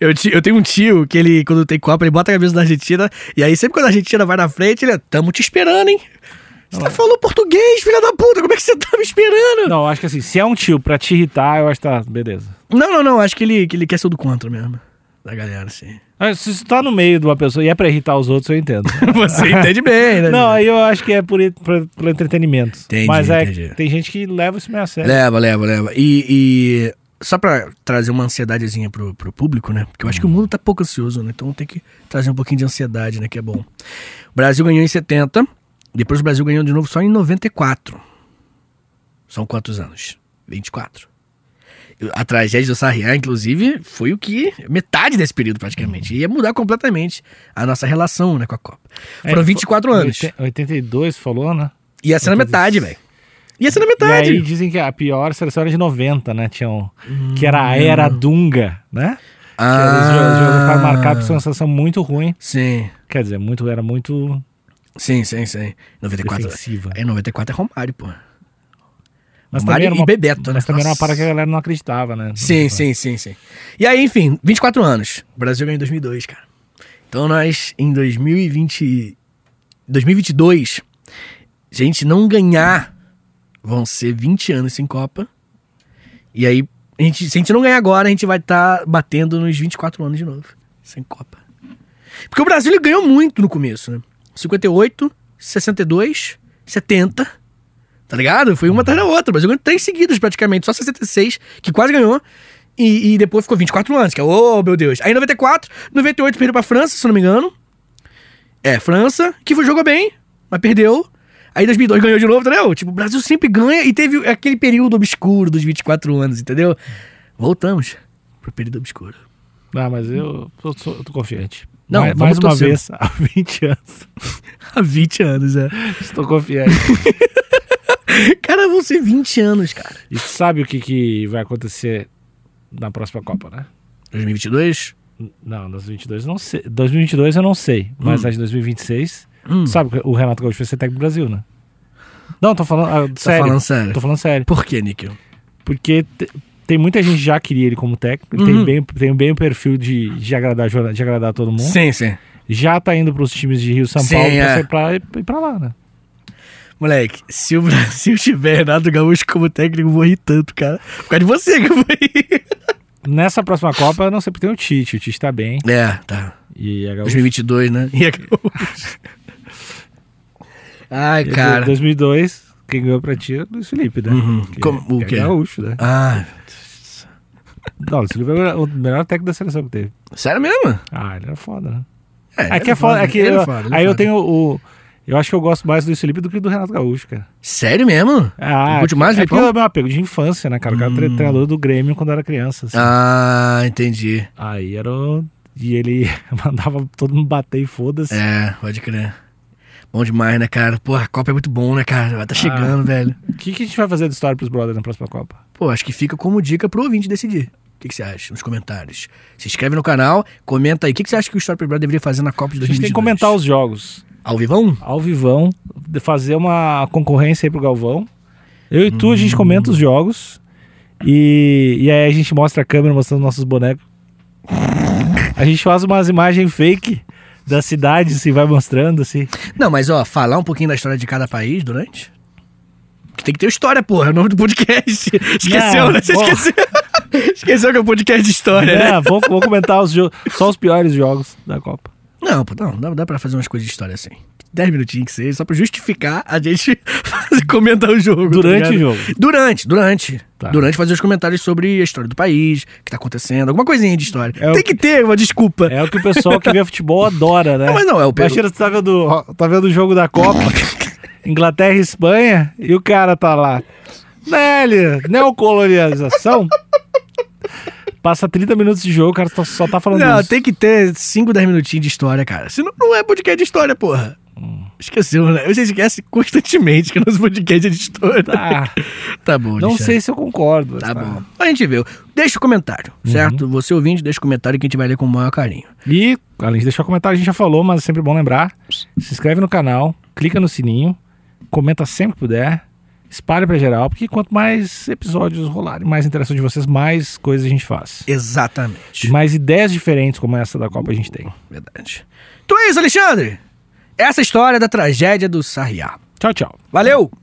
Speaker 3: Eu, ti- eu tenho um tio que ele, quando tem Copa, ele bota a cabeça da Argentina. E aí, sempre quando a Argentina vai na frente, ele é: Tamo te esperando, hein? Você tá falando português, filha da puta, como é que você tá me esperando?
Speaker 2: Não, eu acho que assim, se é um tio pra te irritar, eu acho que tá. Beleza.
Speaker 3: Não, não, não. Acho que ele, que ele quer ser o do contra mesmo. Da galera, assim.
Speaker 2: Ah, Se você tá no meio de uma pessoa e é pra irritar os outros, eu entendo.
Speaker 3: Você entende bem, né?
Speaker 2: Não, aí eu acho que é por, por, por entretenimento.
Speaker 3: Entendi,
Speaker 2: Mas é,
Speaker 3: entendi.
Speaker 2: tem gente que leva isso meio a sério.
Speaker 3: Leva, leva, leva. E, e só pra trazer uma ansiedadezinha pro, pro público, né? Porque eu acho que o mundo tá pouco ansioso, né? Então tem que trazer um pouquinho de ansiedade, né? Que é bom. O Brasil ganhou em 70. Depois o Brasil ganhou de novo só em 94. São quantos anos? 24. Eu- A tragédia do Sarriá, inclusive, foi o que. metade desse período, praticamente. E ia mudar completamente a nossa relação né, com a Copa.
Speaker 2: É,
Speaker 3: Foram
Speaker 2: fo-
Speaker 3: 24 anos.
Speaker 2: oiten- 82 falou, né?
Speaker 3: Ia ser na metade, velho. Ia ser na metade.
Speaker 2: E aí dizem que a pior seleção era de 90, né, Tião? que era
Speaker 3: Hum.
Speaker 2: a Era Dunga, né? Que
Speaker 3: Ah.
Speaker 2: eles jo- jo- ficaram marcados por ser uma seleção muito ruim.
Speaker 3: Sim,
Speaker 2: Quer dizer, muito, era muito
Speaker 3: sim, sim, sim. 94.
Speaker 2: defensiva.
Speaker 3: É, 94 é Romário, pô.
Speaker 2: Mas
Speaker 3: Romário
Speaker 2: também era uma,
Speaker 3: e Bebeto, né?
Speaker 2: mas também era uma
Speaker 3: Nossa.
Speaker 2: parada que a galera não acreditava, né?
Speaker 3: Sim,
Speaker 2: Não-
Speaker 3: sim, sim, sim. E aí, enfim, 24 anos. O Brasil ganhou em 2002, cara. Então nós, em 2020... 2022, se a gente não ganhar, vão ser 20 anos sem Copa. E aí, a gente, se a gente não ganhar agora, a gente vai estar batendo nos 24 anos de novo. Sem Copa. Porque o Brasil ele ganhou muito no começo, né? 58, 62, 70. Tá ligado? Foi uma atrás da outra. O Brasil ganhou três seguidas praticamente, só 66, que quase ganhou. E, e depois ficou 24 anos, que é, oh meu Deus. Aí 94, 98 perdeu pra França, se eu não me engano. É, França, que foi- jogou bem, mas perdeu. Aí 2002 ganhou de novo, entendeu? Tipo, o Brasil sempre ganha e teve aquele período obscuro dos 24 anos, entendeu? Voltamos pro período obscuro.
Speaker 2: Ah, mas eu, eu, sou- eu tô confiante.
Speaker 3: Não,
Speaker 2: mais, mais
Speaker 3: vamos
Speaker 2: uma
Speaker 3: torcer.
Speaker 2: vez, há 20 anos,
Speaker 3: Há 20 anos, é.
Speaker 2: estou confiante.
Speaker 3: Cara, vão ser 20 anos, cara.
Speaker 2: E tu sabe o que, que vai acontecer na próxima Copa, né?
Speaker 3: 2022?
Speaker 2: N- Não, 2022 eu não sei. 2022 eu não sei, mas
Speaker 3: Hum.
Speaker 2: a de 2026.
Speaker 3: Hum,
Speaker 2: Tu sabe que o Renato Gaúcho vai ser técnico do Brasil, né? Não, tô falando ah,
Speaker 3: tá
Speaker 2: sério.
Speaker 3: falando sério.
Speaker 2: Tô falando sério.
Speaker 3: Por que, Níquel?
Speaker 2: Porque te- tem muita gente que já queria ele como técnico. Ele tem,
Speaker 3: Uhum.
Speaker 2: bem, tem bem o perfil de, de, agradar, jorna- de agradar todo mundo.
Speaker 3: Sim, sim.
Speaker 2: Já tá indo pros times de Rio São
Speaker 3: Sim,
Speaker 2: Paulo
Speaker 3: é.
Speaker 2: pra, ser pra, ir- ir pra lá, né?
Speaker 3: Moleque, se o Brasil tiver Renato Gaúcho como técnico, eu vou rir tanto, cara. Por causa de você que eu vou rir.
Speaker 2: Nessa próxima Copa, eu não sei porque tem o Tite. O Tite tá bem.
Speaker 3: É, tá.
Speaker 2: E a Gaúcho
Speaker 3: 2022, né? E é Gaúcho. Ai,
Speaker 2: E
Speaker 3: cara.
Speaker 2: 2002, quem ganhou pra ti é o Luiz Felipe, né?
Speaker 3: Uhum.
Speaker 2: Que,
Speaker 3: Como- o
Speaker 2: que
Speaker 3: quê?
Speaker 2: é gaúcho, né?
Speaker 3: Ah,
Speaker 2: Não, o Luiz Felipe era o melhor técnico da seleção que teve.
Speaker 3: sério mesmo?
Speaker 2: Ah, ele era foda, né?
Speaker 3: É,
Speaker 2: É, que é foda. é que
Speaker 3: ele é
Speaker 2: eu-
Speaker 3: foda, ele é
Speaker 2: aí eu
Speaker 3: foda.
Speaker 2: tenho o. Eu acho que eu gosto mais do Luiz Felipe do que do Renato Gaúcho, cara.
Speaker 3: Sério mesmo?
Speaker 2: Ah,
Speaker 3: curte mais,
Speaker 2: é porque
Speaker 3: Felipão?
Speaker 2: é meu apego de infância, né, cara? O cara era
Speaker 3: Hum.
Speaker 2: treinador do Grêmio quando eu era criança. assim.
Speaker 3: Ah, entendi.
Speaker 2: Aí era. o- E ele mandava todo mundo bater e foda-se.
Speaker 3: É, pode crer. Bom demais, né, cara? Porra, a Copa é muito bom, né, cara? Vai tá chegando, velho.
Speaker 2: O que, que a gente vai fazer de história pros brothers na próxima Copa?
Speaker 3: Pô, acho que fica como dica pro ouvinte decidir. O que, que você acha? Nos comentários. Se inscreve no canal, comenta aí. O que, que você acha que o Story Brother deveria fazer na Copa de
Speaker 2: A gente
Speaker 3: 2022?
Speaker 2: tem que comentar os jogos
Speaker 3: Ao vivão?
Speaker 2: ao vivão, de fazer uma concorrência aí pro Galvão. Eu e tu, a gente comenta os jogos. E, e aí a gente mostra a câmera mostrando nossos bonecos. A gente faz umas imagens fake da cidade, assim, vai mostrando, assim.
Speaker 3: Não, mas ó, falar um pouquinho da história de cada país durante? Que tem que ter história, porra. É o nome do podcast. Esqueceu,
Speaker 2: Não,
Speaker 3: né? Você
Speaker 2: porra.
Speaker 3: esqueceu. esqueceu que é um podcast de história, né?
Speaker 2: É, vou, vou comentar os jo- só os piores jogos da Copa.
Speaker 3: Não, pô, não, dá, dá pra fazer umas coisas de história assim. Dez minutinhos que seja, só pra justificar a gente fazer- comentar o jogo. tá
Speaker 2: Durante
Speaker 3: ligado?
Speaker 2: o jogo.
Speaker 3: Durante, durante.
Speaker 2: Tá.
Speaker 3: Durante fazer os comentários sobre a história do país, o que tá acontecendo, alguma coisinha de história.
Speaker 2: É o-
Speaker 3: Tem que ter uma desculpa.
Speaker 2: É o que o pessoal que vê futebol adora, né?
Speaker 3: Não, mas não, é o Pedro.
Speaker 2: Imagina, você tá vendo, ó, tá vendo o jogo da Copa, Inglaterra e Espanha, e o cara tá lá. Nele, neocolonização. Passa 30 minutos de jogo, o cara só, só tá falando
Speaker 3: Não,
Speaker 2: isso.
Speaker 3: tem que ter 5, 10 minutinhos de história, cara. Senão não é podcast de história, porra.
Speaker 2: Hum.
Speaker 3: Esqueceu, né? Você esquece constantemente que o nosso podcast é de história.
Speaker 2: Tá.
Speaker 3: Tá bom,
Speaker 2: Não
Speaker 3: Alexandre.
Speaker 2: sei se eu concordo. mas
Speaker 3: Tá bom. A gente vê. Deixa o comentário,
Speaker 2: Uhum.
Speaker 3: certo? Você ouvinte, deixa o comentário que a gente vai ler com o maior carinho.
Speaker 2: E, além de deixar o comentário, a gente já falou, mas é sempre bom lembrar. Se inscreve no canal, clica no sininho, comenta sempre que puder, espalha pra geral, porque quanto mais episódios rolarem, mais interação de vocês, mais coisas a gente faz.
Speaker 3: Exatamente.
Speaker 2: E mais ideias diferentes como essa da Copa a gente tem.
Speaker 3: Verdade. é Então é isso, Alexandre. Essa história da tragédia do Sarriá.
Speaker 2: Tchau, tchau.
Speaker 3: Valeu!